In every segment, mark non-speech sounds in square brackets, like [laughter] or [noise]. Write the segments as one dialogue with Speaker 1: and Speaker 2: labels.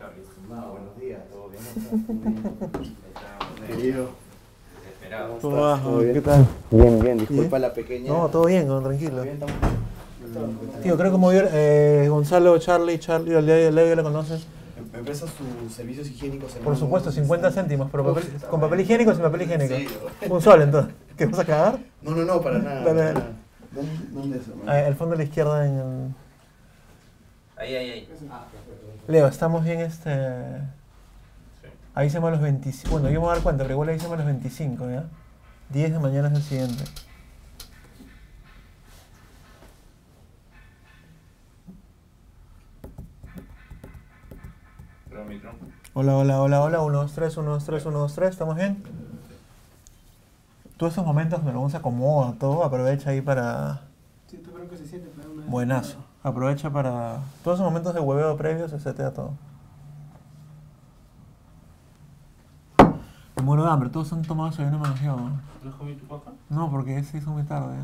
Speaker 1: Ah,
Speaker 2: No, buenos días, todo bien. Querido. Desesperado.
Speaker 3: ¿Cómo vas?
Speaker 2: ¿Todo bien?
Speaker 3: ¿Qué tal?
Speaker 2: Bien, bien, disculpa la pequeña.
Speaker 3: No, todo bien, con- tranquilo.
Speaker 2: bien, estamos.
Speaker 3: Tío, creo que como vio eh, Gonzalo, Charlie, Charlie, al día de la conocen.
Speaker 1: Em- Empresa sus servicios higiénicos en
Speaker 3: Por
Speaker 1: un-
Speaker 3: supuesto, 50 céntimos, pero papel-
Speaker 1: Uf, está
Speaker 3: con papel
Speaker 1: bien.
Speaker 3: higiénico o sin papel higiénico.
Speaker 1: Sí.
Speaker 3: Un sol, entonces. ¿Qué vas a cagar?
Speaker 1: No, no, no, para nada.
Speaker 3: Dale,
Speaker 1: para
Speaker 3: dale.
Speaker 1: nada. ¿Dónde, dónde es, hermano?
Speaker 3: Eh, Al fondo a la izquierda en...
Speaker 4: Ahí, ahí, ahí.
Speaker 3: Leo, estamos bien este... Ahí se llama los 25... Bueno, yo me voy a dar cuenta, pero igual ahí se llama los 25, ¿ya? 10 de mañana es el siguiente.
Speaker 4: Pero mi tronco.
Speaker 3: Hola, hola, hola, hola. 1, 2, 3, 1, 2, 3, 1, 2, 3. ¿Estamos bien? Tú esos momentos me lo se acomoda todo. Aprovecha ahí para...
Speaker 5: Sí, tú creo que se siente, pero una-
Speaker 3: Buenazo. Aprovecha para... Todos esos momentos de hueveo previos, etcétera, todo. Me muero de hambre. Todos han tomado desayuno menos yo.
Speaker 4: ¿No has comido tu paja?
Speaker 3: No, porque se hizo muy tarde.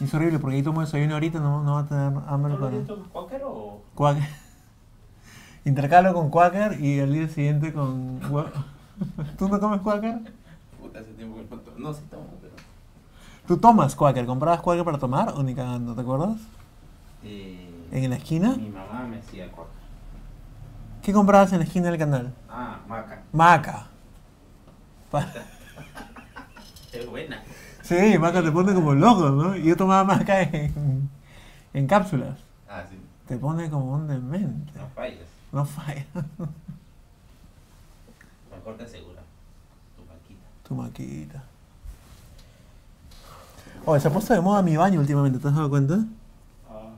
Speaker 3: Y Es horrible porque ahí tomo desayuno ahorita no, no va a tener hambre
Speaker 4: ¿Todos
Speaker 3: para...
Speaker 4: los días cuáquer o...?
Speaker 3: Quaker. [laughs] Intercalo con Quaker y el día siguiente con... hue- [laughs] ¿Tú no comes Quaker?
Speaker 4: Puta, hace tiempo que no tomo. No, sí tomo, pero...
Speaker 3: ¿Tú tomas Quaker? ¿Comprabas Quaker para tomar o ni cagando? ¿Te acuerdas?
Speaker 4: Eh,
Speaker 3: ¿En la esquina?
Speaker 4: mi mamá me hacía cuáquer.
Speaker 3: ¿Qué comprabas en la esquina del canal?
Speaker 4: Ah, maca.
Speaker 3: Maca. Pa- [laughs]
Speaker 4: Es buena.
Speaker 3: Sí, Maca te pone como loco, ¿no? Yo tomaba Maca en, en cápsulas.
Speaker 4: Ah, sí.
Speaker 3: Te pone como un demente.
Speaker 4: No fallas.
Speaker 3: No falla.
Speaker 4: Mejor te asegura. Tu paquita.
Speaker 3: Tu maquita. Oye, se ha puesto de moda mi baño últimamente, ¿te has dado cuenta?
Speaker 4: Ah.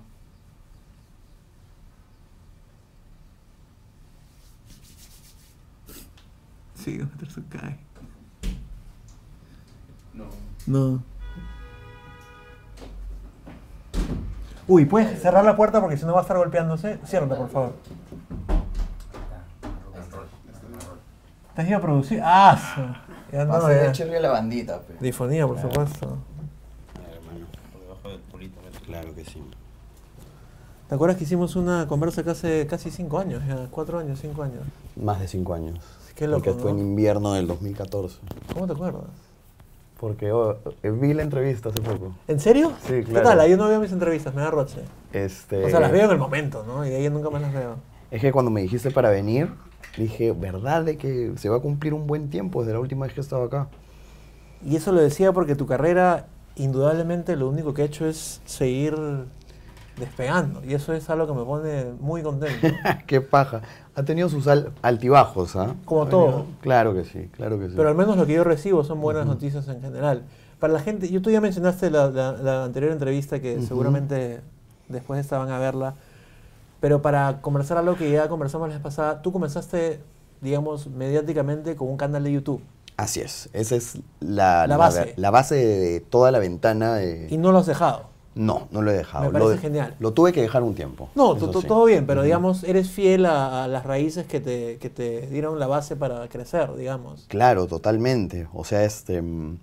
Speaker 3: Sí, su cae.
Speaker 4: No.
Speaker 3: No. Uy, ¿puedes cerrar la puerta porque si no va a estar golpeándose? Ciérrala, por favor.
Speaker 4: Rock and roll.
Speaker 3: ¿Te has ido a producir? ¡Ah! su- Ya no,
Speaker 2: Pásale
Speaker 3: ya.
Speaker 2: el cherry a la bandita, pe.
Speaker 3: Difonía, por supuesto.
Speaker 2: hermano.
Speaker 4: Por debajo del pulito. me toca.
Speaker 2: Claro que sí.
Speaker 3: ¿Te acuerdas que hicimos una conversa que hace casi 5 años? Ya, 4 años, 5 años.
Speaker 2: Más de cinco años.
Speaker 3: Qué loco,
Speaker 2: Porque fue en
Speaker 3: ¿no?
Speaker 2: invierno del 2014.
Speaker 3: ¿Cómo te acuerdas?
Speaker 2: Porque oh, eh, vi la entrevista hace poco.
Speaker 3: ¿En serio?
Speaker 2: Sí,
Speaker 3: ¿Qué
Speaker 2: claro.
Speaker 3: tal? Ahí yo no veo mis entrevistas, me da roche.
Speaker 2: Este,
Speaker 3: O sea, las veo en el momento, ¿no? Y de ahí nunca más las veo.
Speaker 2: Es que cuando me dijiste para venir, dije, ¿verdad de que se va a cumplir un buen tiempo desde la última vez que he estado acá?
Speaker 3: Y eso lo decía porque tu carrera, indudablemente, lo único que ha hecho es seguir despegando. Y eso es algo que me pone muy contento.
Speaker 2: [laughs] Qué paja. Ha tenido sus al- altibajos, ¿ah?
Speaker 3: Como
Speaker 2: Ha venido-
Speaker 3: todo.
Speaker 2: Claro que sí, claro que sí.
Speaker 3: Pero al menos lo que yo recibo son buenas noticias en general. Para la gente, yo tú ya mencionaste la, la- la anterior entrevista que
Speaker 2: Ujú.
Speaker 3: seguramente después estaban a verla, pero para conversar algo que ya conversamos la vez pasada, tú comenzaste, digamos, mediáticamente con un canal de YouTube
Speaker 2: Así es. Esa es la,
Speaker 3: La base.
Speaker 2: la base de toda la ventana. de-
Speaker 3: y no lo has dejado.
Speaker 2: No, no lo he dejado.
Speaker 3: Me
Speaker 2: Lo
Speaker 3: parece
Speaker 2: de-
Speaker 3: genial.
Speaker 2: Lo tuve que dejar un tiempo.
Speaker 3: No,
Speaker 2: eso
Speaker 3: to- to-
Speaker 2: sí.
Speaker 3: todo bien, pero
Speaker 2: Ujú.
Speaker 3: digamos, eres fiel a, a las raíces que te, que te dieron la base para crecer, digamos.
Speaker 2: Claro, totalmente. O sea, este. mm,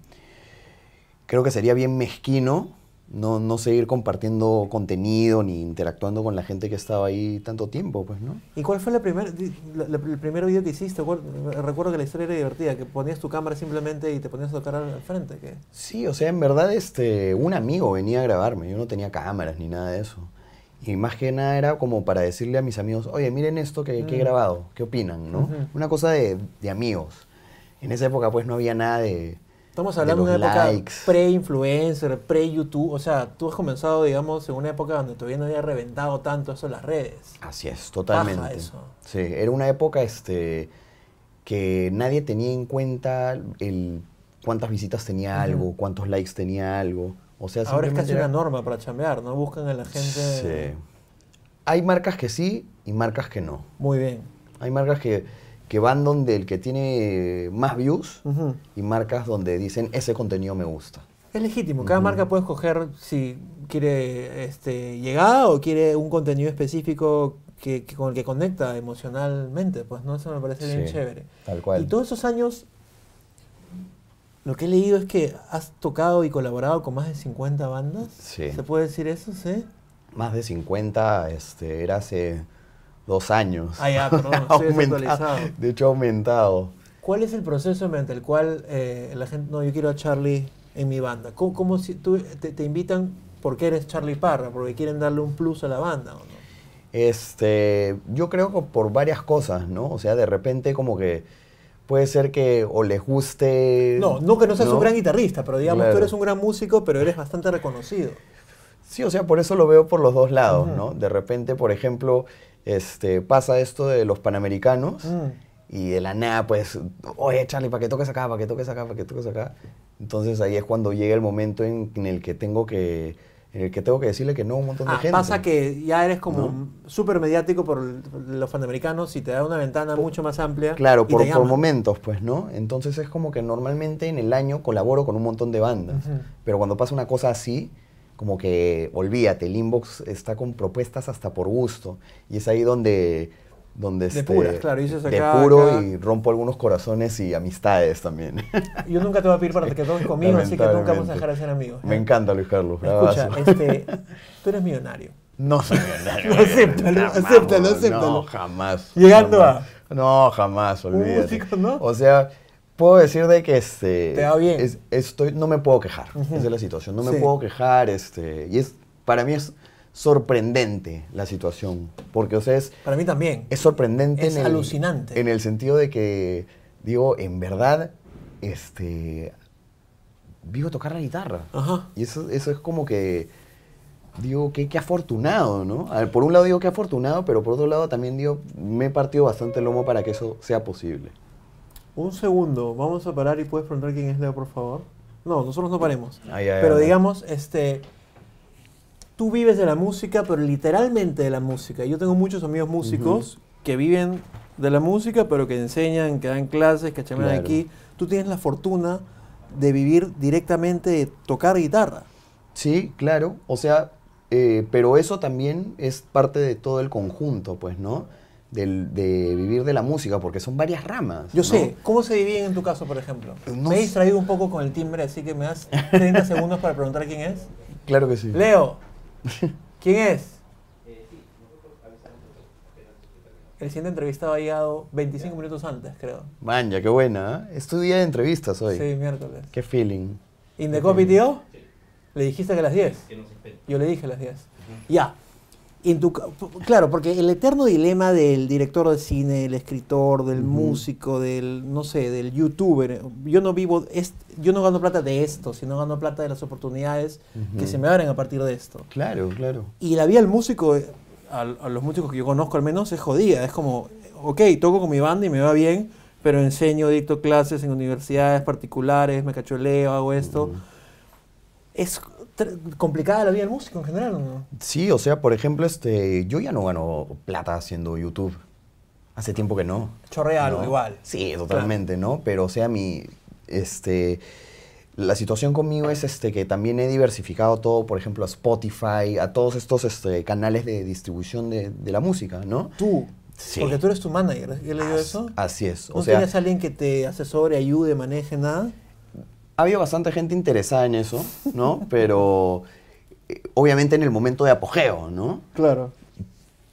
Speaker 2: Creo que sería bien mezquino no, no seguir compartiendo contenido ni interactuando con la gente que estaba ahí tanto tiempo, pues, ¿no?
Speaker 3: ¿Y cuál fue la primer, di- la- la- el primer video que hiciste? Recuer- Recuerdo que la historia era divertida, que ponías tu cámara simplemente y te ponías a tocar al al frente. que
Speaker 2: Sí, o sea, en verdad, este, un amigo venía a grabarme. Yo no tenía cámaras ni nada de eso. Y más que nada era como para decirle a mis amigos, oye, miren esto que, que he
Speaker 3: Mm.
Speaker 2: grabado, ¿qué opinan, no?
Speaker 3: Ujú.
Speaker 2: Una cosa de, de amigos. En esa época, pues, no había nada de...
Speaker 3: Estamos
Speaker 2: de
Speaker 3: hablando
Speaker 2: los
Speaker 3: de una época
Speaker 2: likes.
Speaker 3: pre-influencer, pre-YouTube. O sea, tú has comenzado, digamos, en una época donde todavía no había reventado tanto eso en las redes.
Speaker 2: Así es, totalmente.
Speaker 3: eso.
Speaker 2: Sí, era una época este, que nadie tenía en cuenta el, cuántas visitas tenía
Speaker 3: Ujú.
Speaker 2: algo, cuántos likes tenía algo. O sea,
Speaker 3: Ahora es
Speaker 2: simplemente
Speaker 3: casi
Speaker 2: era-
Speaker 3: una norma para chambear, ¿no? Buscan a la gente.
Speaker 2: Sí. Hay marcas que sí y marcas que no.
Speaker 3: Muy bien.
Speaker 2: Hay marcas que, que van donde el que tiene más views
Speaker 3: Ujú.
Speaker 2: y marcas donde dicen ese contenido me gusta.
Speaker 3: Es legítimo. Cada marca puede escoger si quiere este, llegada o quiere un contenido específico que, que- con el que conecta emocionalmente. Pues no, eso me parece bien
Speaker 2: Sí,
Speaker 3: chévere.
Speaker 2: Tal cual.
Speaker 3: Y todos esos años, lo que he leído es que has tocado y colaborado con más de 50 bandas.
Speaker 2: Sí.
Speaker 3: ¿Se puede decir eso? Sí.
Speaker 2: Más de 50, este, era hace Dos años.
Speaker 3: Ah, ya,
Speaker 2: [laughs]
Speaker 3: perdón,
Speaker 2: Ha
Speaker 3: estoy
Speaker 2: aumentado.
Speaker 3: desactualizado.
Speaker 2: De hecho, ha aumentado.
Speaker 3: ¿Cuál es el proceso mediante el cual eh, la gente, no, yo quiero a Charlie en mi banda? ¿Cómo, cómo si tú, te, te invitan porque eres Charlie Parra? ¿Porque quieren darle un plus a la banda o no?
Speaker 2: Este, yo creo que por varias cosas, ¿no? O sea, de repente como que puede ser que o les guste...
Speaker 3: No, no que no seas un gran guitarrista, pero digamos tú
Speaker 2: Claro.
Speaker 3: eres un gran músico, pero eres bastante reconocido.
Speaker 2: Sí, o sea, por eso lo veo por los dos lados,
Speaker 3: Ujú.
Speaker 2: ¿no? De repente, por ejemplo, este, pasa esto de los Panamericanos
Speaker 3: Mm.
Speaker 2: y de la nada, pues, oye, Charlie, para que toques acá, para que toques acá, para que toques acá. Entonces ahí es cuando llega el momento en, en el que tengo que... En el que tengo que decirle que no a un montón de
Speaker 3: Ah,
Speaker 2: gente.
Speaker 3: pasa que ya eres como
Speaker 2: ¿No?
Speaker 3: súper mediático por el- por los panamericanos y te da una ventana mucho más amplia.
Speaker 2: Claro,
Speaker 3: y te
Speaker 2: por, por
Speaker 3: llaman.
Speaker 2: momentos, pues, ¿no? Entonces es como que normalmente en el año colaboro con un montón de bandas.
Speaker 3: Ujú.
Speaker 2: Pero cuando pasa una cosa así, como que olvídate, el inbox está con propuestas hasta por gusto. Y es ahí donde. donde este,
Speaker 3: Depuras, claro, dices acá,
Speaker 2: Depuro
Speaker 3: acá.
Speaker 2: y rompo algunos corazones y amistades también. [laughs]
Speaker 3: Yo nunca te voy a pedir para que toques conmigo, así que nunca vamos a dejar de ser amigos. ¿eh?
Speaker 2: Me encanta Luis Carlos.
Speaker 3: Escucha,
Speaker 2: bravazo.
Speaker 3: este,
Speaker 2: [laughs]
Speaker 3: tú eres millonario.
Speaker 2: No soy millonario.
Speaker 3: Acéptalo,
Speaker 2: Jamás,
Speaker 3: acéptalo,
Speaker 2: boludo.
Speaker 3: acéptalo.
Speaker 2: No, jamás.
Speaker 3: Llegando
Speaker 2: jamás. No, jamás,
Speaker 3: Un
Speaker 2: olvídate.
Speaker 3: músico, ¿no?
Speaker 2: O sea, puedo decir de que este...
Speaker 3: Te va bien.
Speaker 2: es- estoy, no me puedo quejar.
Speaker 3: Ujú.
Speaker 2: Esa es la situación. No me
Speaker 3: Sí.
Speaker 2: puedo quejar, este... Y es... Para mí es sorprendente la situación. Porque, o sea, es...
Speaker 3: Para mí también.
Speaker 2: Es sorprendente.
Speaker 3: Es alucinante.
Speaker 2: En el sentido de que, digo, en verdad, este. Vivo a tocar la guitarra.
Speaker 3: Ajá.
Speaker 2: Y eso, eso es como que. Digo, qué, qué afortunado, ¿no? A ver, por un lado digo que afortunado, pero por otro lado también digo, me he partido bastante el lomo para que eso sea posible.
Speaker 3: Un segundo, vamos a parar y puedes preguntar quién es Leo, por favor. No, nosotros no paremos.
Speaker 2: Ay, ay,
Speaker 3: pero
Speaker 2: ay.
Speaker 3: digamos, este, tú vives de la música, pero literalmente de la música. Yo tengo muchos amigos músicos que viven de la música, pero que enseñan, que dan clases, que chamean
Speaker 2: Claro.
Speaker 3: aquí. Tú tienes la fortuna de vivir directamente de tocar guitarra.
Speaker 2: Sí, claro. O sea, eh, pero eso también es parte de todo el conjunto, pues, ¿no? Del- de vivir de la música, porque son varias ramas.
Speaker 3: Yo
Speaker 2: ¿no?
Speaker 3: sé, ¿cómo se dividen en tu caso, por ejemplo?
Speaker 2: No
Speaker 3: me he
Speaker 2: sé.
Speaker 3: distraído un poco con el timbre, así que me das
Speaker 2: [laughs]
Speaker 3: 30 segundos para preguntar quién es.
Speaker 2: Claro que sí. [laughs]
Speaker 3: Leo, ¿quién es? Eh, El siguiente entrevistado ha llegado 25 minutos antes, creo.
Speaker 2: Manja, qué buena. ¿eh? Es tu día de entrevistas hoy.
Speaker 3: Sí, miércoles.
Speaker 2: Qué feeling.
Speaker 3: ¿Indecopi, tío? Le dijiste que a las 10.
Speaker 4: Que nos espera.
Speaker 3: Yo le dije a las 10. Ya. Y en tu ca- p- claro, porque el eterno dilema del director de cine, del escritor, del músico, del, no sé, del youtuber. Yo no vivo, est- yo no gano plata de esto, sino gano plata de las oportunidades que
Speaker 2: Ujú.
Speaker 3: se me abren a partir de esto.
Speaker 2: Claro, claro.
Speaker 3: Y la vida del músico, eh, al- a, los músicos que yo conozco al menos, es jodida. Es como, ok, toco con mi banda y me va bien, pero enseño, dicto clases en universidades particulares, me cacholeo, hago esto. Es tr- complicada la vida del músico en general, ¿o ¿no?
Speaker 2: Sí, o sea, por ejemplo, este, yo ya no gano plata haciendo YouTube. Hace tiempo que no.
Speaker 3: Chorrea algo
Speaker 2: ¿no?
Speaker 3: igual.
Speaker 2: Sí, totalmente, ¿no? Pero, o sea, mi, este, la situación conmigo es, este, que también he diversificado todo, por ejemplo, a Spotify, a todos estos, este, canales de distribución de, de la música, ¿no?
Speaker 3: Tú,
Speaker 2: Sí.
Speaker 3: porque tú eres tu manager, ¿yo le digo eso?
Speaker 2: Así es.
Speaker 3: ¿No
Speaker 2: o sea,
Speaker 3: tienes alguien que te asesore, ayude, maneje nada?
Speaker 2: Ha habido bastante gente interesada en eso, ¿no? Pero eh, obviamente en el momento de apogeo, ¿no?
Speaker 3: Claro.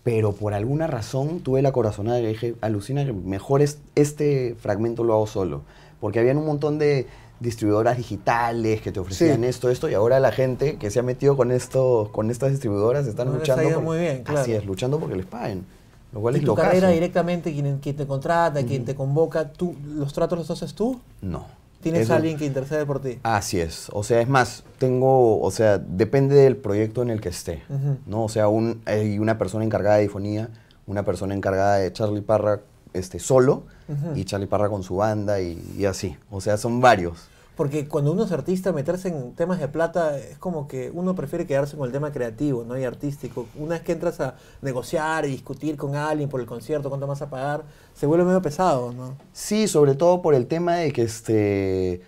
Speaker 2: Pero por alguna razón tuve la corazonada que dije, alucina que mejor es- este fragmento lo hago solo. Porque habían un montón de distribuidoras digitales que te ofrecían
Speaker 3: Sí.
Speaker 2: esto, esto, y ahora la gente que se ha metido con esto, con estas distribuidoras están
Speaker 3: No les ha
Speaker 2: luchando.
Speaker 3: ido
Speaker 2: por-
Speaker 3: muy bien, claro.
Speaker 2: Así es, luchando porque les paguen. Lo cual
Speaker 3: ¿Y
Speaker 2: es
Speaker 3: tu
Speaker 2: locazo.
Speaker 3: carrera directamente, quien, quien te contrata, quien te convoca, tú, ¿los tratos los haces tú?
Speaker 2: No.
Speaker 3: ¿Tienes
Speaker 2: Eso-
Speaker 3: alguien que intercede por ti?
Speaker 2: Así es. O sea, es más, tengo, o sea, depende del proyecto en el que esté.
Speaker 3: Ujú.
Speaker 2: ¿no? O sea, un, hay una persona encargada de difonía, una persona encargada de Charlie Parra este, solo
Speaker 3: Ujú.
Speaker 2: y Charlie Parra con su banda y, y así. O sea, son varios.
Speaker 3: Porque cuando uno es artista, meterse en temas de plata es como que uno prefiere quedarse con el tema creativo ¿no? y artístico. Una vez que entras a negociar y discutir con alguien por el concierto, cuánto vas a pagar, se vuelve medio pesado, ¿no?
Speaker 2: Sí, sobre todo por el tema de que este.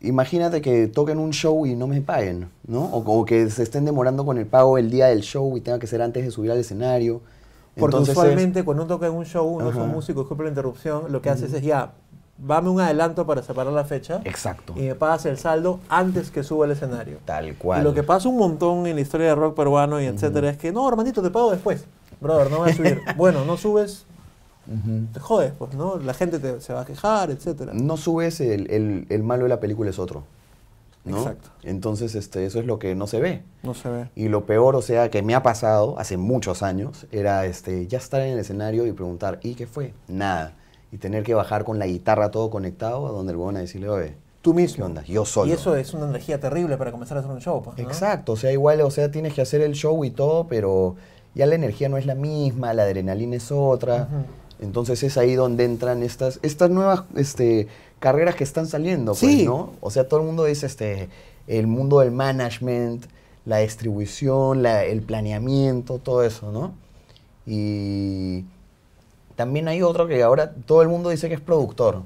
Speaker 2: Imagínate que toquen un show y no me paguen, ¿no? O, o que se estén demorando con el pago el día del show y tenga que ser antes de subir al escenario.
Speaker 3: Porque
Speaker 2: Entonces es-
Speaker 3: usualmente cuando uno toca en un show, uno es
Speaker 2: Ajá.
Speaker 3: un músico, disculpe la interrupción, lo que haces es ya, dame un adelanto para separar la fecha
Speaker 2: Exacto.
Speaker 3: y me pagas el saldo antes que suba al escenario.
Speaker 2: Tal cual.
Speaker 3: Y lo que pasa un montón en la historia del rock peruano y etcétera es que, no, hermanito, te pago después. brother, no voy a
Speaker 2: [laughs]
Speaker 3: subir. bueno, no subes,
Speaker 2: Ujú.
Speaker 3: te jodes, pues, ¿no? La gente te- se va a quejar, etcétera.
Speaker 2: No subes, el, el- el malo de la película es otro. ¿no?
Speaker 3: Exacto.
Speaker 2: Entonces, este, eso es lo que no se ve.
Speaker 3: No se ve.
Speaker 2: Y lo peor, o sea, que me ha pasado hace muchos años, era este, ya estar en el escenario y preguntar, ¿y qué fue? Nada. Y tener que bajar con la guitarra todo conectado, a donde el huevón a decirle, oye,
Speaker 3: Tú mismo.
Speaker 2: ¿qué onda? Yo solo.
Speaker 3: Y eso es una energía terrible para comenzar a hacer un show, pues, ¿no?
Speaker 2: Exacto, o sea, igual, o sea, tienes que hacer el show y todo, pero ya la energía no es la misma, la adrenalina es otra.
Speaker 3: Ujú.
Speaker 2: Entonces es ahí donde entran estas, estas nuevas este, carreras que están saliendo, pues,
Speaker 3: Sí.
Speaker 2: ¿no? O sea, todo el mundo dice este, el mundo del management, la distribución, la- el planeamiento, todo eso, ¿no? Y también hay otro que ahora todo el mundo dice que es productor.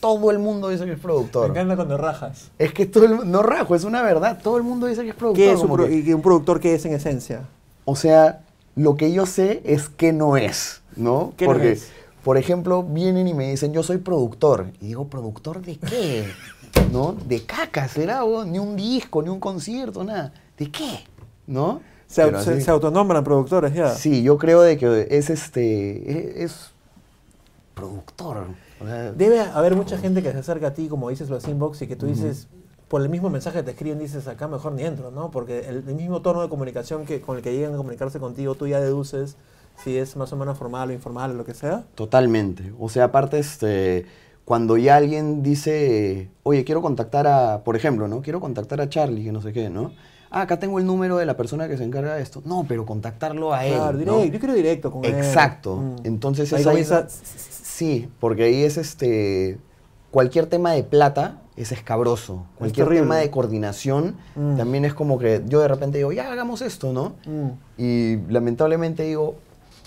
Speaker 2: Todo el mundo dice que es
Speaker 3: Me
Speaker 2: productor.
Speaker 3: encanta cuando rajas.
Speaker 2: Es que todo el mundo, no rajo, es una verdad, todo el mundo dice que es productor.
Speaker 3: ¿Qué es un,
Speaker 2: como
Speaker 3: pro-
Speaker 2: que-
Speaker 3: y un productor que es en esencia?
Speaker 2: o sea, lo que yo sé es que no es, ¿no?
Speaker 3: ¿Qué no
Speaker 2: Porque,
Speaker 3: es?
Speaker 2: por ejemplo, vienen y me dicen, yo soy productor. Y digo, ¿productor de qué?
Speaker 3: [laughs]
Speaker 2: ¿No? De caca, será, huevón? ni un disco, ni un concierto, nada. ¿De qué? ¿No?
Speaker 3: Se,
Speaker 2: Pero
Speaker 3: au- se-
Speaker 2: así-
Speaker 3: se autonombran productores ya.
Speaker 2: Sí, yo creo de que es este, es, es productor. O sea,
Speaker 3: Debe haber mucha gente que se acerca a ti, como dices, los inbox, y que tú dices, por el mismo mensaje que te escriben, dices, acá mejor ni entro, ¿no? Porque el, el mismo tono de comunicación que, con el que llegan a comunicarse contigo, tú ya deduces si es más o menos formal o informal o lo que sea.
Speaker 2: Totalmente. O sea, aparte, este, cuando ya alguien dice, oye, quiero contactar a, por ejemplo, ¿no? Quiero contactar a Charlie, que no sé qué, ¿no? Ah, acá tengo el número de la persona que se encarga de esto. No, pero contactarlo a él.
Speaker 3: Claro,
Speaker 2: ¿no?
Speaker 3: directo, yo quiero directo con él.
Speaker 2: Exacto.
Speaker 3: Mm.
Speaker 2: Entonces
Speaker 3: Ahí
Speaker 2: es ahí-
Speaker 3: comienza-
Speaker 2: Sí, porque ahí es este. Cualquier tema de plata es escabroso. Cualquier
Speaker 3: terrible.
Speaker 2: tema de coordinación
Speaker 3: Mm.
Speaker 2: también es como que yo de repente digo, ya hagamos esto, ¿no?
Speaker 3: Mm.
Speaker 2: Y lamentablemente digo,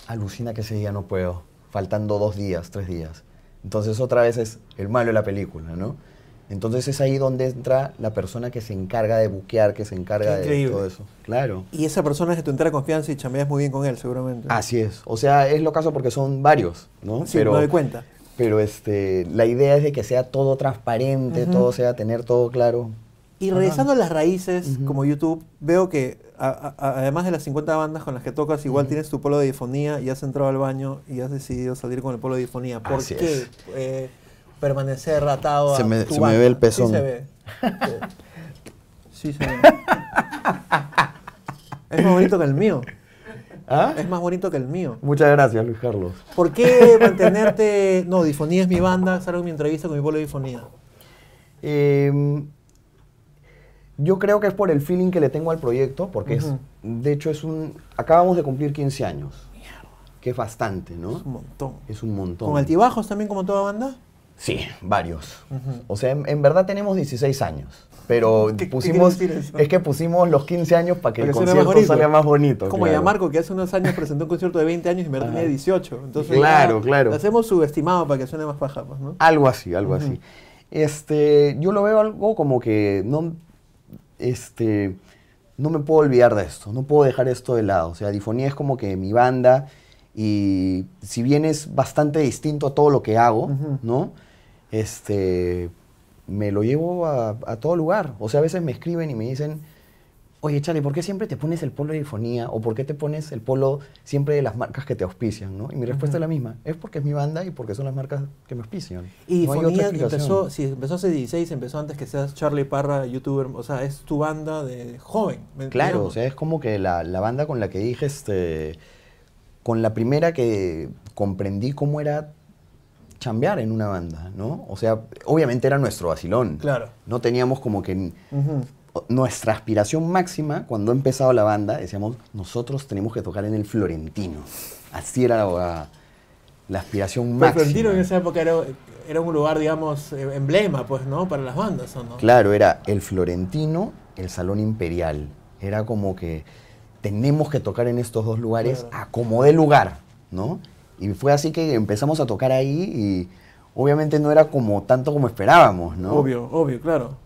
Speaker 2: alucina que ese día no puedo, faltando dos días, tres días. Entonces otra vez es el malo de la película, ¿no? Entonces es ahí donde entra la persona que se encarga de buquear, que se encarga
Speaker 3: Qué
Speaker 2: de
Speaker 3: increíble.
Speaker 2: todo eso. Claro.
Speaker 3: Y esa persona es de tu entera confianza y chambeas muy bien con él, seguramente.
Speaker 2: Así es. O sea, es lo caso porque son varios, Ah, ¿no?
Speaker 3: Sí, me doy cuenta.
Speaker 2: pero este, la idea es de que sea todo transparente,
Speaker 3: Ujú.
Speaker 2: todo sea tener todo claro.
Speaker 3: Y regresando a las raíces,
Speaker 2: Ujú.
Speaker 3: como YouTube, veo que a- a- a- además de las 50 bandas con las que tocas, igual tienes tu polo de difonía y has entrado al baño y has decidido salir con el polo de difonía. ¿Por
Speaker 2: Así
Speaker 3: qué
Speaker 2: es.
Speaker 3: eh, permanecer atado
Speaker 2: Se
Speaker 3: a
Speaker 2: me-
Speaker 3: tu
Speaker 2: se me
Speaker 3: banda?
Speaker 2: ve el pezón.
Speaker 3: Sí se
Speaker 2: [laughs]
Speaker 3: ve. Sí se ve. es más bonito que el mío.
Speaker 2: ¿Ah?
Speaker 3: Es más bonito que el mío.
Speaker 2: Muchas gracias, Luis Carlos.
Speaker 3: ¿Por qué mantenerte...? No, difonía es mi banda, salgo en mi entrevista con mi polo de difonía.
Speaker 2: Eh, yo creo que es por el feeling que le tengo al proyecto, porque
Speaker 3: Ujú.
Speaker 2: es, de hecho es un... Acabamos de cumplir 15 años, que es bastante,
Speaker 3: Es un
Speaker 2: ¿no?
Speaker 3: montón.
Speaker 2: Es un montón.
Speaker 3: ¿Con altibajos también como toda banda?
Speaker 2: Sí, varios.
Speaker 3: Ujú.
Speaker 2: O sea, en, en verdad tenemos 16 años, pero
Speaker 3: ¿Qué- qué
Speaker 2: pusimos...
Speaker 3: quiere decir eso?
Speaker 2: es que pusimos los 15 años para que
Speaker 3: Para
Speaker 2: el
Speaker 3: que suene más
Speaker 2: concierto
Speaker 3: bonito.
Speaker 2: salga más bonito.
Speaker 3: Como
Speaker 2: claro.
Speaker 3: ya Marco, que hace unos años presentó un concierto de 20 años y me
Speaker 2: Ajá.
Speaker 3: tenía 18. Entonces,
Speaker 2: Claro,
Speaker 3: ya
Speaker 2: claro.
Speaker 3: Lo hacemos subestimado para que suene más paja, pues, ¿no?
Speaker 2: Algo así, algo
Speaker 3: Ujú.
Speaker 2: así. Este, yo lo veo algo como que no, este, no me puedo olvidar de esto, no puedo dejar esto de lado. O sea, Difonía es como que mi banda y si bien es bastante distinto a todo lo que hago,
Speaker 3: Ujú.
Speaker 2: ¿no? Este, me lo llevo a, a todo lugar. O sea, a veces me escriben y me dicen, oye, Charlie, ¿por qué siempre te pones el polo de difonía? ¿O por qué te pones el polo siempre de las marcas que te auspician? ¿no? Y mi respuesta
Speaker 3: Ujú.
Speaker 2: es la misma. Es porque es mi banda y porque son las marcas que me auspician.
Speaker 3: Y
Speaker 2: No hay otra
Speaker 3: Fonía
Speaker 2: explicación.
Speaker 3: empezó, sí, empezó hace 16, empezó antes que seas Charlie Parra, youtuber. O sea, es tu banda de joven. ¿me-
Speaker 2: Claro,
Speaker 3: digamos?
Speaker 2: o sea, es como que la, la banda con la que dije, este, con la primera que comprendí cómo era chambear en una banda, ¿no? O sea, obviamente era nuestro vacilón.
Speaker 3: Claro.
Speaker 2: No teníamos como que
Speaker 3: Ujú.
Speaker 2: o- nuestra aspiración máxima cuando ha empezado la banda, decíamos, nosotros tenemos que tocar en el Florentino. Así era la, la aspiración
Speaker 3: Pero
Speaker 2: máxima.
Speaker 3: Florentino en esa época era, era un lugar, digamos, eh, emblema, pues, ¿no? Para las bandas, ¿o no?
Speaker 2: Claro, era el Florentino, el Salón Imperial. Era como que tenemos que tocar en estos dos lugares
Speaker 3: Claro.
Speaker 2: a como de lugar, ¿no? Y fue así que empezamos a tocar ahí y obviamente no era como tanto como esperábamos, ¿no?
Speaker 3: Obvio, obvio, claro.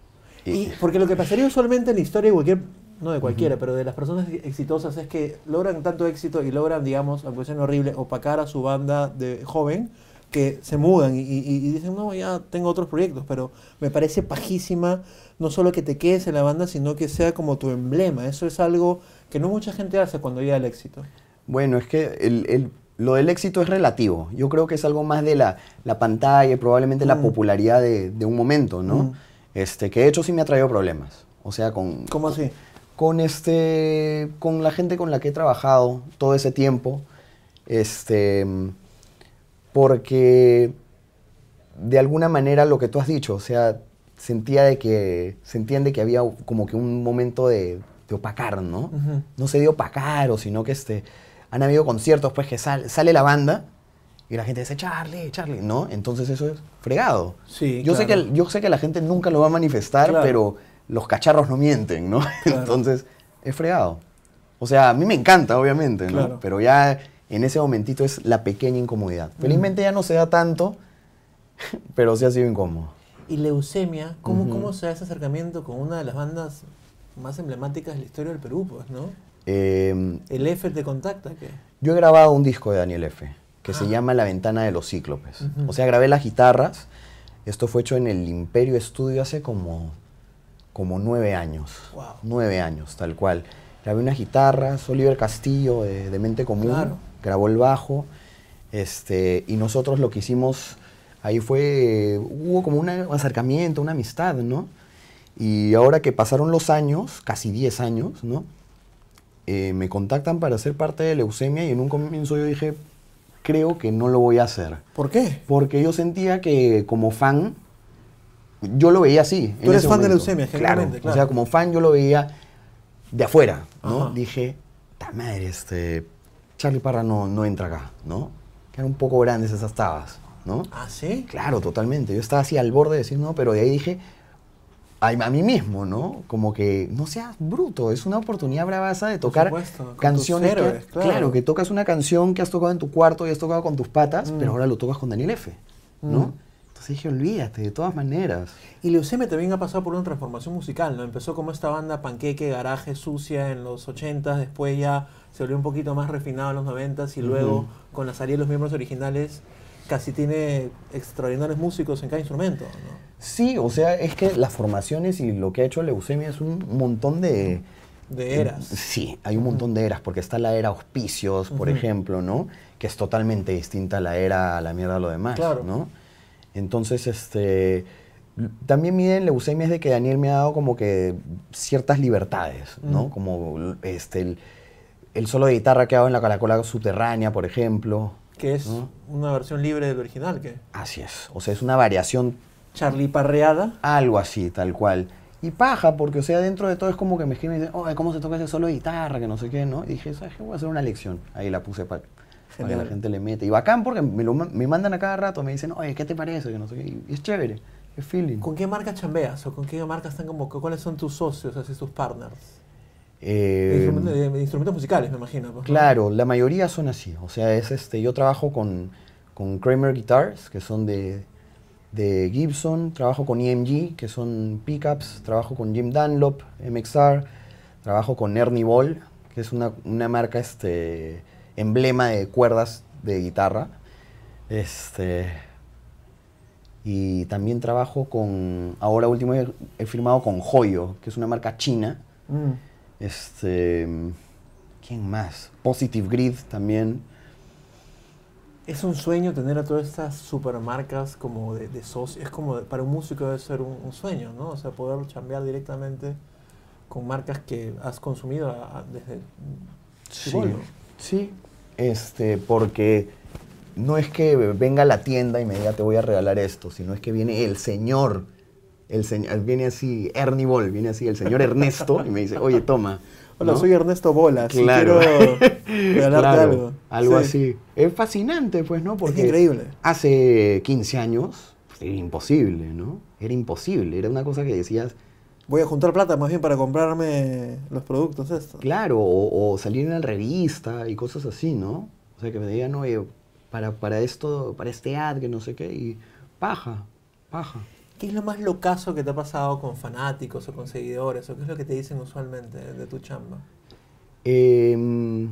Speaker 2: Y-
Speaker 3: Y porque lo que pasaría usualmente en la historia de cualquier, no de cualquiera, pero de las personas exitosas es que logran tanto éxito y logran, digamos, aunque sea horrible, opacar a su banda de joven, que se mudan y, y- y dicen, no, ya tengo otros proyectos, pero me parece pajísima no solo que te quedes en la banda, sino que sea como tu emblema. Eso es algo que no mucha gente hace cuando llega al éxito.
Speaker 2: Bueno, es que el- el- lo del éxito es relativo. Yo creo que es algo más de la, la pantalla y probablemente la
Speaker 3: Mm.
Speaker 2: popularidad de, de un momento, ¿no?
Speaker 3: Mm.
Speaker 2: Este, que de hecho sí me ha traído problemas. O sea, con,
Speaker 3: ¿Cómo así?
Speaker 2: con este con la gente con la que he trabajado todo ese tiempo este porque de alguna manera lo que tú has dicho o sea sentía de que se entiende que había como que un momento de, de opacar no
Speaker 3: Ujú.
Speaker 2: no se dio opacar o sino que este han habido conciertos pues que sal- sale la banda y la gente dice Charlie Charlie no entonces eso es fregado
Speaker 3: Sí,
Speaker 2: yo sé que
Speaker 3: claro.
Speaker 2: el- yo sé que la gente nunca lo va a manifestar
Speaker 3: Claro.
Speaker 2: pero los cacharros no mienten, ¿no? [laughs]
Speaker 3: Claro.
Speaker 2: Entonces, es fregado. O sea, a mí me encanta, obviamente, ¿no?
Speaker 3: Claro.
Speaker 2: Pero ya en ese momentito es la pequeña incomodidad. Felizmente ya no se da tanto, [laughs] pero sí ha sido incómodo.
Speaker 3: Y Leucemia, ¿cómo,
Speaker 2: Ujú.
Speaker 3: ¿cómo se da ese acercamiento con una de las bandas más emblemáticas de la historia del Perú, pues, no?
Speaker 2: Eh,
Speaker 3: El F te contacta, ¿qué?
Speaker 2: yo he grabado un disco de Daniel F., que se
Speaker 3: Ah.
Speaker 2: llama La Ventana de los Cíclopes.
Speaker 3: Ujú.
Speaker 2: O sea, grabé las guitarras. Esto fue hecho en el Imperio Estudio hace como, como nueve años.
Speaker 3: Wow.
Speaker 2: Nueve años, tal cual. Grabé unas guitarras, Oliver Castillo de, de Mente Común
Speaker 3: Claro.
Speaker 2: grabó el bajo. Este, y nosotros lo que hicimos ahí fue, hubo como una- un acercamiento, una amistad, ¿no? Y ahora que pasaron los años, casi 10 años, ¿no? eh, me contactan para ser parte de leucemia y en un comienzo yo dije, creo que no lo voy a hacer.
Speaker 3: ¿Por qué?
Speaker 2: Porque yo sentía que como fan, yo lo veía así. en
Speaker 3: Tú eres
Speaker 2: ese
Speaker 3: fan de
Speaker 2: momento.
Speaker 3: Leucemia,
Speaker 2: claro,
Speaker 3: generalmente,
Speaker 2: O
Speaker 3: claro.
Speaker 2: sea, como fan yo lo veía de afuera, ¿no?
Speaker 3: Ajá.
Speaker 2: Dije, ta madre, este, Charlie Parra no, no entra acá, ¿no? Que eran un poco grandes esas tabas, ¿no?
Speaker 3: ¿Ah, sí?
Speaker 2: Claro, totalmente. Yo estaba así al borde de decir no, pero de ahí dije a, a mí mismo, ¿no? Como que no seas bruto, es una oportunidad bravaza de tocar
Speaker 3: supuesto, con tus
Speaker 2: canciones. que-
Speaker 3: héroes, claro.
Speaker 2: que tocas una canción que has tocado en tu cuarto y has tocado con tus patas,
Speaker 3: Mm.
Speaker 2: pero ahora lo tocas con Daniel F, ¿no?
Speaker 3: Mm.
Speaker 2: Entonces dije, olvídate, de todas maneras.
Speaker 3: Y Leucemia también ha pasado por una transformación musical, ¿no? Empezó como esta banda panqueque, garaje, sucia en los 80s, después ya se volvió un poquito más refinado en los 90s y luego
Speaker 2: Ujú.
Speaker 3: con la salida de los miembros originales casi tiene extraordinarios músicos en cada instrumento, ¿no?
Speaker 2: Sí, o sea, es que las formaciones y lo que ha hecho Leucemia es un montón de,
Speaker 3: De eras.
Speaker 2: Sí, hay un montón de eras, porque está la era auspicios, por
Speaker 3: Ujú.
Speaker 2: ejemplo, ¿no? Que es totalmente distinta a la era a la mierda a lo demás,
Speaker 3: Claro.
Speaker 2: ¿no? Entonces, este. l- También mi idea en leucemia es de que Daniel me ha dado como que ciertas libertades, ¿no?
Speaker 3: Ujú.
Speaker 2: Como l- este, el, el solo de guitarra que hago en la caracola subterránea, por ejemplo.
Speaker 3: Que es
Speaker 2: ¿no?
Speaker 3: una versión libre del original, que
Speaker 2: Así es. O sea, es una variación
Speaker 3: Charlie Parreada.
Speaker 2: algo así, tal cual. Y paja, porque, o sea, dentro de todo es como que me escriben y dicen, oye, ¿cómo se toca ese solo de guitarra? Que no sé qué, ¿no? Y dije, ¿sabes qué? Voy a hacer una lección. Ahí la puse para que la
Speaker 3: Genial.
Speaker 2: gente le mete. Y bacán, porque me, lo ma- me mandan a cada rato, me dicen, oye, ¿qué te parece? Que no sé qué. Y es chévere, es feeling.
Speaker 3: ¿Con qué marca chambeas? ¿O con qué marca están como, cu- cuáles son tus socios, así tus partners?
Speaker 2: Eh,
Speaker 3: De instrumento- de- de instrumentos musicales, me imagino. pues, ¿no?
Speaker 2: Claro, la mayoría son así. O sea, es este, yo trabajo con, con Kramer Guitars, que son de, de Gibson, trabajo con EMG, que son pickups, trabajo con Jim Dunlop, MXR, trabajo con Ernie Ball, que es una, una marca este, emblema de cuerdas de guitarra. Este, y también trabajo con, ahora último he, he firmado con Hoyo, que es una marca china.
Speaker 3: Mm.
Speaker 2: Este. ¿Quién más? Positive Grid también.
Speaker 3: Es un sueño tener a todas estas supermarcas como de, de socios. Es como de- para un músico debe ser un, un sueño, ¿no? O sea, poder chambear directamente con marcas que has consumido a- a- desde chibolo.
Speaker 2: Sí. Este, porque no es que venga a la tienda y me diga te voy a regalar esto, sino es que viene el señor. El señor viene así, Ernie Ball, viene así, el señor Ernesto, y me dice, oye, toma.
Speaker 3: Hola,
Speaker 2: ¿no?
Speaker 3: soy Ernesto Bolas. y
Speaker 2: Claro. [laughs]
Speaker 3: quiero regalarte
Speaker 2: Claro,
Speaker 3: algo.
Speaker 2: algo
Speaker 3: Sí.
Speaker 2: así. Es fascinante, pues, ¿no? Porque
Speaker 3: increíble.
Speaker 2: Hace 15 años pues, era imposible, ¿no? Era imposible. Era una cosa que decías,
Speaker 3: Voy a juntar plata más bien para comprarme los productos estos.
Speaker 2: Claro, o, o salir en la revista y cosas así, ¿no? O sea, que me digan, oye, para, para esto, para este ad, que no sé qué, y paja, paja.
Speaker 3: ¿Qué es lo más locazo que te ha pasado con fanáticos o con seguidores? ¿O qué es lo que te dicen usualmente de tu chamba?
Speaker 2: Em,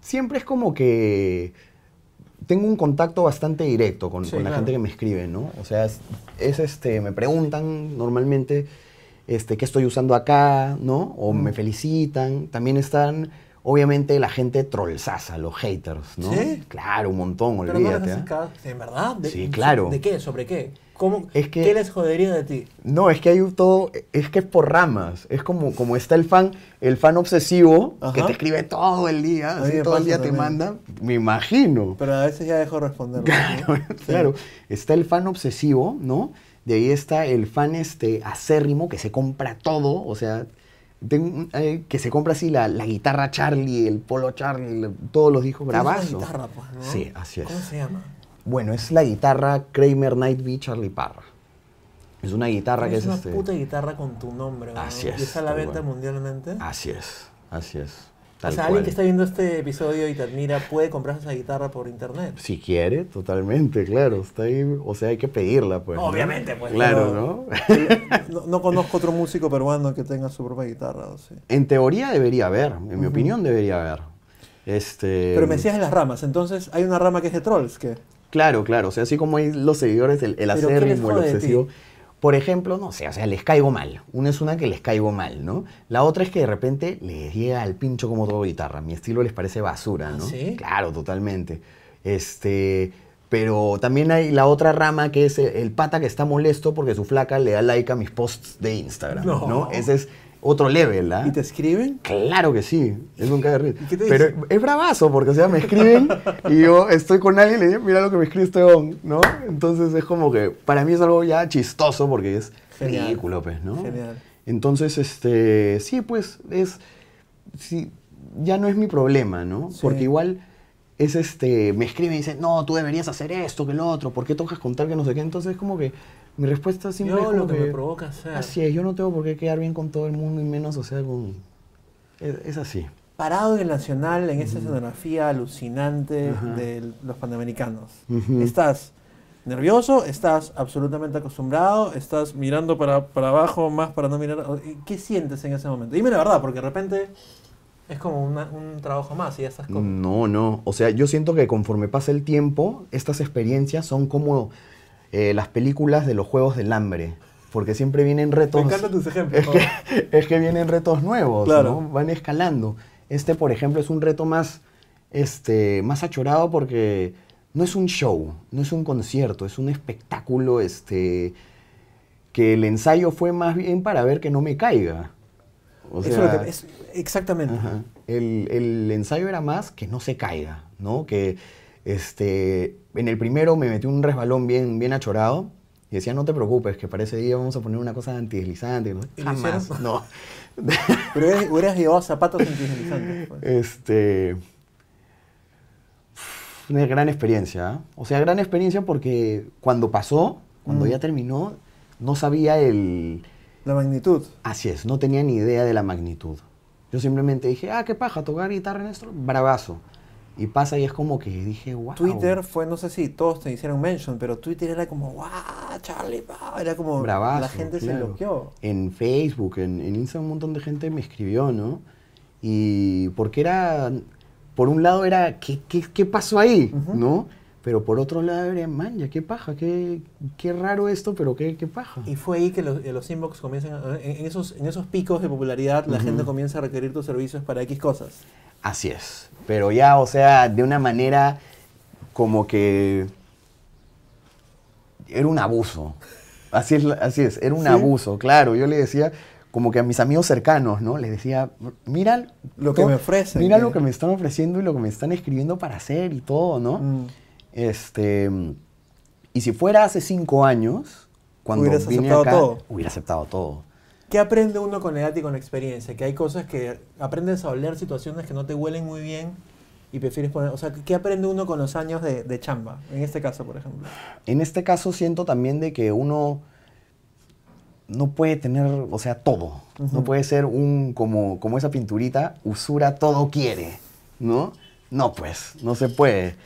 Speaker 2: siempre es como que tengo un contacto bastante directo con,
Speaker 3: Sí,
Speaker 2: con la
Speaker 3: claro.
Speaker 2: gente que me escribe, ¿no? O sea, es, es, este, me preguntan normalmente este, qué estoy usando acá, ¿no? O me
Speaker 3: Mm.
Speaker 2: felicitan. También están Obviamente la gente trollzaza, los haters, ¿no?
Speaker 3: ¿Sí?
Speaker 2: Claro, un montón,
Speaker 3: Pero no
Speaker 2: olvídate.
Speaker 3: les
Speaker 2: ¿ah?
Speaker 3: haces caso. ¿De verdad? ¿De,
Speaker 2: Sí, claro.
Speaker 3: ¿De qué? ¿Sobre qué? ¿Cómo,
Speaker 2: Es que-
Speaker 3: ¿Qué les jodería de ti?
Speaker 2: No, es que hay un todo, es que es por ramas, es como, como está el fan, el fan obsesivo
Speaker 3: Ajá.
Speaker 2: que te escribe todo el día,
Speaker 3: A
Speaker 2: así,
Speaker 3: mí me
Speaker 2: todo el
Speaker 3: pasa
Speaker 2: día te
Speaker 3: también.
Speaker 2: manda, me imagino. [laughs]
Speaker 3: Pero a veces ya dejo de responder.
Speaker 2: Claro, [laughs] claro. Está el fan obsesivo, ¿no? De ahí está el fan este, acérrimo que se compra todo, o sea, ten- eh, que se compra así la, la guitarra Charlie, el polo Charlie, la- todos los discos bravazo.
Speaker 3: Bravazo. guitarra, pues, ¿no?
Speaker 2: Sí, así es.
Speaker 3: ¿Cómo se llama?
Speaker 2: Bueno, es la guitarra Kramer Nightbee Charlie Parra. Es una guitarra que
Speaker 3: es
Speaker 2: es
Speaker 3: una
Speaker 2: este.
Speaker 3: puta guitarra con tu nombre. ¿no?
Speaker 2: Así es,
Speaker 3: Y está a la
Speaker 2: tal
Speaker 3: venta
Speaker 2: cual.
Speaker 3: mundialmente.
Speaker 2: Así es, así es.
Speaker 3: o
Speaker 2: tal
Speaker 3: sea, alguien
Speaker 2: cual.
Speaker 3: que está viendo este episodio y te admira puede comprar esa guitarra por internet.
Speaker 2: Si quiere, totalmente, claro. Está ahí, o sea, hay que pedirla, pues. ¿no?
Speaker 3: Obviamente, pues,
Speaker 2: Claro,
Speaker 3: pero-
Speaker 2: ¿no?
Speaker 3: No, no conozco otro músico peruano que tenga su propia guitarra. o sea.
Speaker 2: En teoría debería haber, en mi opinión debería haber. Este,
Speaker 3: Pero me decías las ramas, entonces hay una rama que es de trolls, ¿qué?
Speaker 2: Claro, claro, o sea, así como hay los seguidores, el, el
Speaker 3: ¿Pero qué les
Speaker 2: acérrimo, el
Speaker 3: jode de ti?
Speaker 2: obsesivo. Por ejemplo, no sé, o sea, les caigo mal. Una es una que les caigo mal, ¿no? La otra es que de repente les llega al pincho como todo guitarra. Mi estilo les parece basura,
Speaker 3: ¿Ah,
Speaker 2: ¿no?
Speaker 3: sí?
Speaker 2: Claro, totalmente. Este, pero también hay la otra rama que es el, el pata que está molesto porque su flaca le da like a mis posts de Instagram, ¿no?
Speaker 3: No.
Speaker 2: Ese es otro level, ¿ah?
Speaker 3: ¿Y te escriben?
Speaker 2: Claro que sí, es un cague de risa.
Speaker 3: ¿Y qué te
Speaker 2: Pero
Speaker 3: dice?
Speaker 2: es bravazo, porque o sea, me escriben y yo estoy con alguien y le digo, mira lo que me escribe este on, ¿no? Entonces es como que para mí es algo ya chistoso porque es
Speaker 3: Genial.
Speaker 2: ridículo, pues, ¿no?
Speaker 3: Genial.
Speaker 2: Entonces, este, sí, pues es, sí, ya no es mi problema, ¿no?
Speaker 3: Sí.
Speaker 2: Porque igual es este, me escriben y dicen, no, tú deberías hacer esto, que lo otro, ¿por qué tocas contar que no sé qué? Entonces es como que mi respuesta siempre es
Speaker 3: Yo lo
Speaker 2: como
Speaker 3: que me provoca hacer.
Speaker 2: Así es, yo no tengo por qué quedar bien con todo el mundo y menos, o sea, con... Es, es así.
Speaker 3: Parado en el Nacional, en esa escenografía alucinante de los panamericanos.
Speaker 2: Ujú.
Speaker 3: Estás nervioso, estás absolutamente acostumbrado, estás mirando para, para abajo más para no mirar. ¿Qué sientes en ese momento? Dime la verdad, porque de repente es como una- un trabajo más y ya estás como.
Speaker 2: No, no. O sea, yo siento que conforme pasa el tiempo, estas experiencias son como eh, las películas de los Juegos del Hambre. Porque siempre vienen retos...
Speaker 3: Me encantan tus ejemplos.
Speaker 2: Es que, [laughs] es que vienen retos nuevos,
Speaker 3: Claro.
Speaker 2: ¿no? Van escalando. Este, por ejemplo, es un reto más, este, más achorado porque no es un show, no es un concierto, es un espectáculo, este, que el ensayo fue más bien para ver que no me caiga. O
Speaker 3: Eso es
Speaker 2: sea,
Speaker 3: lo que- es- exactamente.
Speaker 2: Ajá. El, el ensayo era más que no se caiga, ¿no? Que este, en el primero me metí un resbalón bien, bien achorado y decía, no te preocupes, que para ese día vamos a poner una cosa antideslizante. ¿no?
Speaker 3: ¿Y lo
Speaker 2: Jamás, [laughs]
Speaker 3: hicieron?
Speaker 2: no.
Speaker 3: Pero hubieras, hubieras llevado zapatos
Speaker 2: [laughs]
Speaker 3: antideslizantes. pues.
Speaker 2: Este, una gran experiencia, ¿ah? O sea, gran experiencia porque cuando pasó, cuando
Speaker 3: Mm.
Speaker 2: ya terminó, no sabía el...
Speaker 3: La magnitud.
Speaker 2: Así es, no tenía ni idea de la magnitud. Yo simplemente dije, ah, qué paja, tocar guitarra en esto, bravazo. Y pasa y es como que dije, wow.
Speaker 3: Twitter fue, no sé si todos te hicieron mention, pero Twitter era como, ¡guau, Charlie! pa", Era como,
Speaker 2: bravazo.
Speaker 3: la gente se
Speaker 2: claro.
Speaker 3: bloqueó.
Speaker 2: En Facebook, en, en Instagram, un montón de gente me escribió, ¿no? Y porque era, por un lado era, ¿qué, qué, qué pasó ahí?
Speaker 3: Ujú.
Speaker 2: ¿No? Pero por otro lado era, man, ya qué paja, qué, qué raro esto, pero qué, qué paja.
Speaker 3: Y fue ahí que los, eh, los inbox comienzan, a- en, en esos, en esos picos de popularidad, la gente comienza a requerir tus servicios para X cosas.
Speaker 2: Así es. Pero ya, o sea, de una manera como que era un abuso. Así es, la- así es, era un
Speaker 3: ¿Sí?
Speaker 2: abuso, claro. Yo le decía como que a mis amigos cercanos, ¿no? Les decía, mira
Speaker 3: Lo que
Speaker 2: to-
Speaker 3: me ofrecen, ¿eh?
Speaker 2: Mira
Speaker 3: que-
Speaker 2: lo que me están ofreciendo y lo que me están escribiendo para hacer y todo, ¿no?
Speaker 3: Mm.
Speaker 2: Este, y si fuera hace cinco años, cuando
Speaker 3: Hubieras
Speaker 2: vine
Speaker 3: aceptado
Speaker 2: acá,
Speaker 3: todo.
Speaker 2: hubiera aceptado todo.
Speaker 3: ¿Qué aprende uno con la edad y con la experiencia? Que hay cosas que aprendes a oler situaciones que no te huelen muy bien y prefieres poner... O sea, ¿qué aprende uno con los años de, de chamba? En este caso, por ejemplo.
Speaker 2: En este caso siento también de que uno no puede tener, o sea, todo. No
Speaker 3: Ujú.
Speaker 2: puede ser un, como, como esa pinturita, usura todo quiere, ¿no? No, pues, no se puede.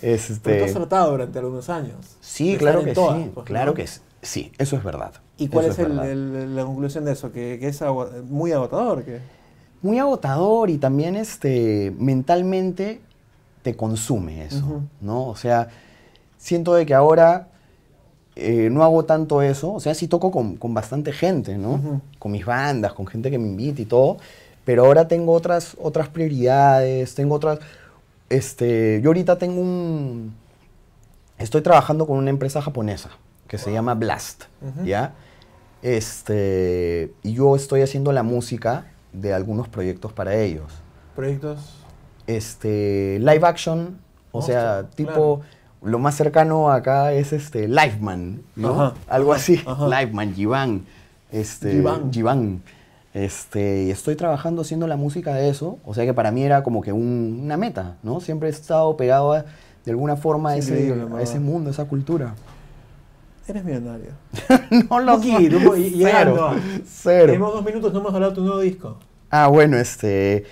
Speaker 3: Pero tú
Speaker 2: Este,
Speaker 3: has tratado durante algunos años. de
Speaker 2: sí,
Speaker 3: estar
Speaker 2: claro
Speaker 3: en
Speaker 2: que
Speaker 3: todas,
Speaker 2: sí,
Speaker 3: pues,
Speaker 2: claro
Speaker 3: ¿no?
Speaker 2: que s- sí, eso es verdad.
Speaker 3: ¿Y cuál
Speaker 2: Eso
Speaker 3: es el-
Speaker 2: verdad.
Speaker 3: el- la conclusión de eso? Que, que es ago- muy agotador. que
Speaker 2: Muy agotador y también este, mentalmente te consume eso,
Speaker 3: Ujú.
Speaker 2: ¿no? O sea, siento de que ahora eh, no hago tanto eso. O sea, sí toco con, con bastante gente, ¿no?
Speaker 3: Ujú.
Speaker 2: Con mis bandas, con gente que me invita y todo. Pero ahora tengo otras, otras prioridades, tengo otras... Este, yo ahorita tengo un... Estoy trabajando con una empresa japonesa que se llama Blast,
Speaker 3: Ujú.
Speaker 2: ¿ya? Este, y yo estoy haciendo la música de algunos proyectos para ellos.
Speaker 3: Proyectos.
Speaker 2: Este, live action, o
Speaker 3: Hostia,
Speaker 2: sea, tipo... Lo más cercano acá es este, Liveman, ¿no?
Speaker 3: Ajá,
Speaker 2: Algo así.
Speaker 3: ajá.
Speaker 2: Liveman, Jivan. Este,
Speaker 3: Jivan.
Speaker 2: Jivan. Este, y estoy trabajando haciendo la música de eso, o sea que para mí era como que un- una meta, ¿no? Siempre he estado pegado a- de alguna forma a,
Speaker 3: Es
Speaker 2: ese,
Speaker 3: increíble,
Speaker 2: a ese
Speaker 3: ¿no?
Speaker 2: mundo, a esa cultura. [laughs]
Speaker 3: Eres millonario.
Speaker 2: no lo
Speaker 3: poquito, un po- y-
Speaker 2: [laughs]
Speaker 3: y
Speaker 2: Cero.
Speaker 3: llegando.
Speaker 2: Cero.
Speaker 3: Tenemos dos minutos, no hemos hablado de tu nuevo disco.
Speaker 2: Ah, bueno, este.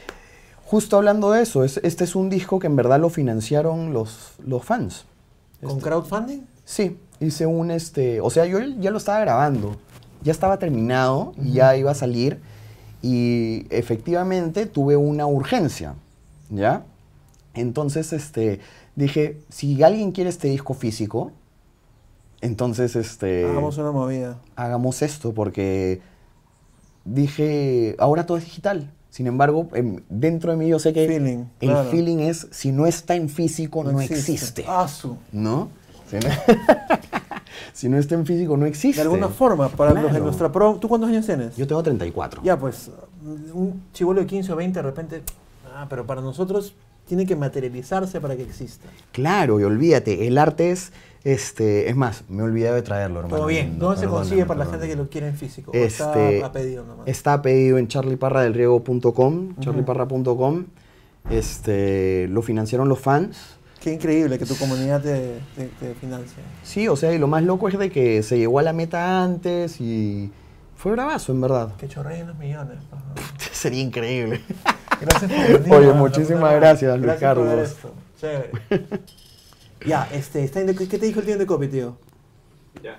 Speaker 2: Justo hablando de eso, es- este es un disco que en verdad lo financiaron los, los fans. Este,
Speaker 3: ¿Con crowdfunding?
Speaker 2: Sí, hice un este, o sea, yo ya lo estaba grabando, ya estaba terminado y ya iba a salir y efectivamente tuve una urgencia, ¿ya? Entonces, este, dije, si alguien quiere este disco físico, entonces, este,
Speaker 3: Hagamos una movida.
Speaker 2: hagamos esto porque dije, ahora todo es digital. Sin embargo, em, dentro de mí yo sé que
Speaker 3: Feeling,
Speaker 2: el
Speaker 3: claro.
Speaker 2: feeling es, si no está en físico, no, existe.
Speaker 3: Ah, su.
Speaker 2: ¿no? Si no, [laughs] si no está en físico, no existe.
Speaker 3: De alguna forma, para los de
Speaker 2: Claro.
Speaker 3: nuestra pro. ¿Tú cuántos años tienes?
Speaker 2: Yo tengo 34.
Speaker 3: Ya, pues, un chivolo de 15 o 20 de repente. Ah, pero para nosotros tiene que materializarse para que exista.
Speaker 2: Claro, y olvídate, el arte es, este, es más, me he olvidado de traerlo, hermano.
Speaker 3: Todo bien.
Speaker 2: No,
Speaker 3: ¿Dónde se
Speaker 2: perdóname,
Speaker 3: consigue para la
Speaker 2: perdóname.
Speaker 3: gente que lo quiere en físico? ¿O
Speaker 2: Este,
Speaker 3: está a pedido nomás.
Speaker 2: Está pedido en charliparradelriego.com, charliparra.com. Este, lo financiaron los fans.
Speaker 3: Qué increíble que tu comunidad te, te- te financia.
Speaker 2: Sí, o sea, y lo más loco es de que se llegó a la meta antes y fue bravazo, en verdad. [laughs]
Speaker 3: Que chorreen los millones. pa.
Speaker 2: Sería increíble.
Speaker 3: Gracias por venir.
Speaker 2: Oye,
Speaker 3: la puta
Speaker 2: muchísimas
Speaker 3: madre.
Speaker 2: gracias, Luis
Speaker 3: Gracias por ver
Speaker 2: Carlos.
Speaker 3: esto. Chévere.
Speaker 2: [laughs]
Speaker 3: ya, este, está en- ¿qué te dijo el tío de copy, tío?
Speaker 4: Ya.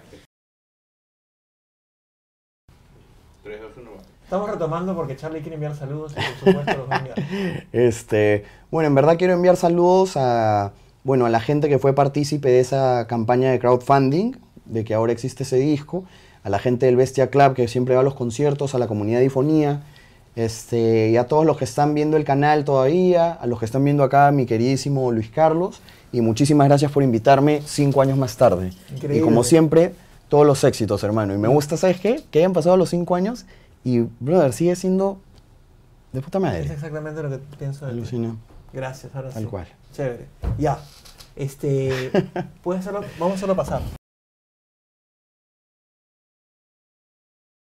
Speaker 4: 3, 2, 1, va.
Speaker 3: Estamos retomando porque Charlie quiere enviar saludos y por supuesto los va
Speaker 2: [laughs]
Speaker 3: a enviar.
Speaker 2: Este, bueno, en verdad quiero enviar saludos a, bueno, a la gente que fue partícipe de esa campaña de crowdfunding, de que ahora existe ese disco, a la gente del Bestia Club que siempre va a los conciertos, a la comunidad de difonía, este, y a todos los que están viendo el canal todavía, a los que están viendo acá mi queridísimo Luis Carlos, y muchísimas gracias por invitarme cinco años más tarde.
Speaker 3: Increíble.
Speaker 2: Y como siempre, todos los éxitos, hermano. Y me gusta, ¿sabes qué? Que hayan pasado los cinco años y, brother, sigue siendo de puta
Speaker 3: Es
Speaker 2: madre.
Speaker 3: exactamente lo que pienso de ti.
Speaker 2: Alucina.
Speaker 3: Gracias, ahora
Speaker 2: Tal
Speaker 3: sí.
Speaker 2: cual.
Speaker 3: Chévere. Ya. Este, puedes hacerlo, vamos a hacerlo pasar.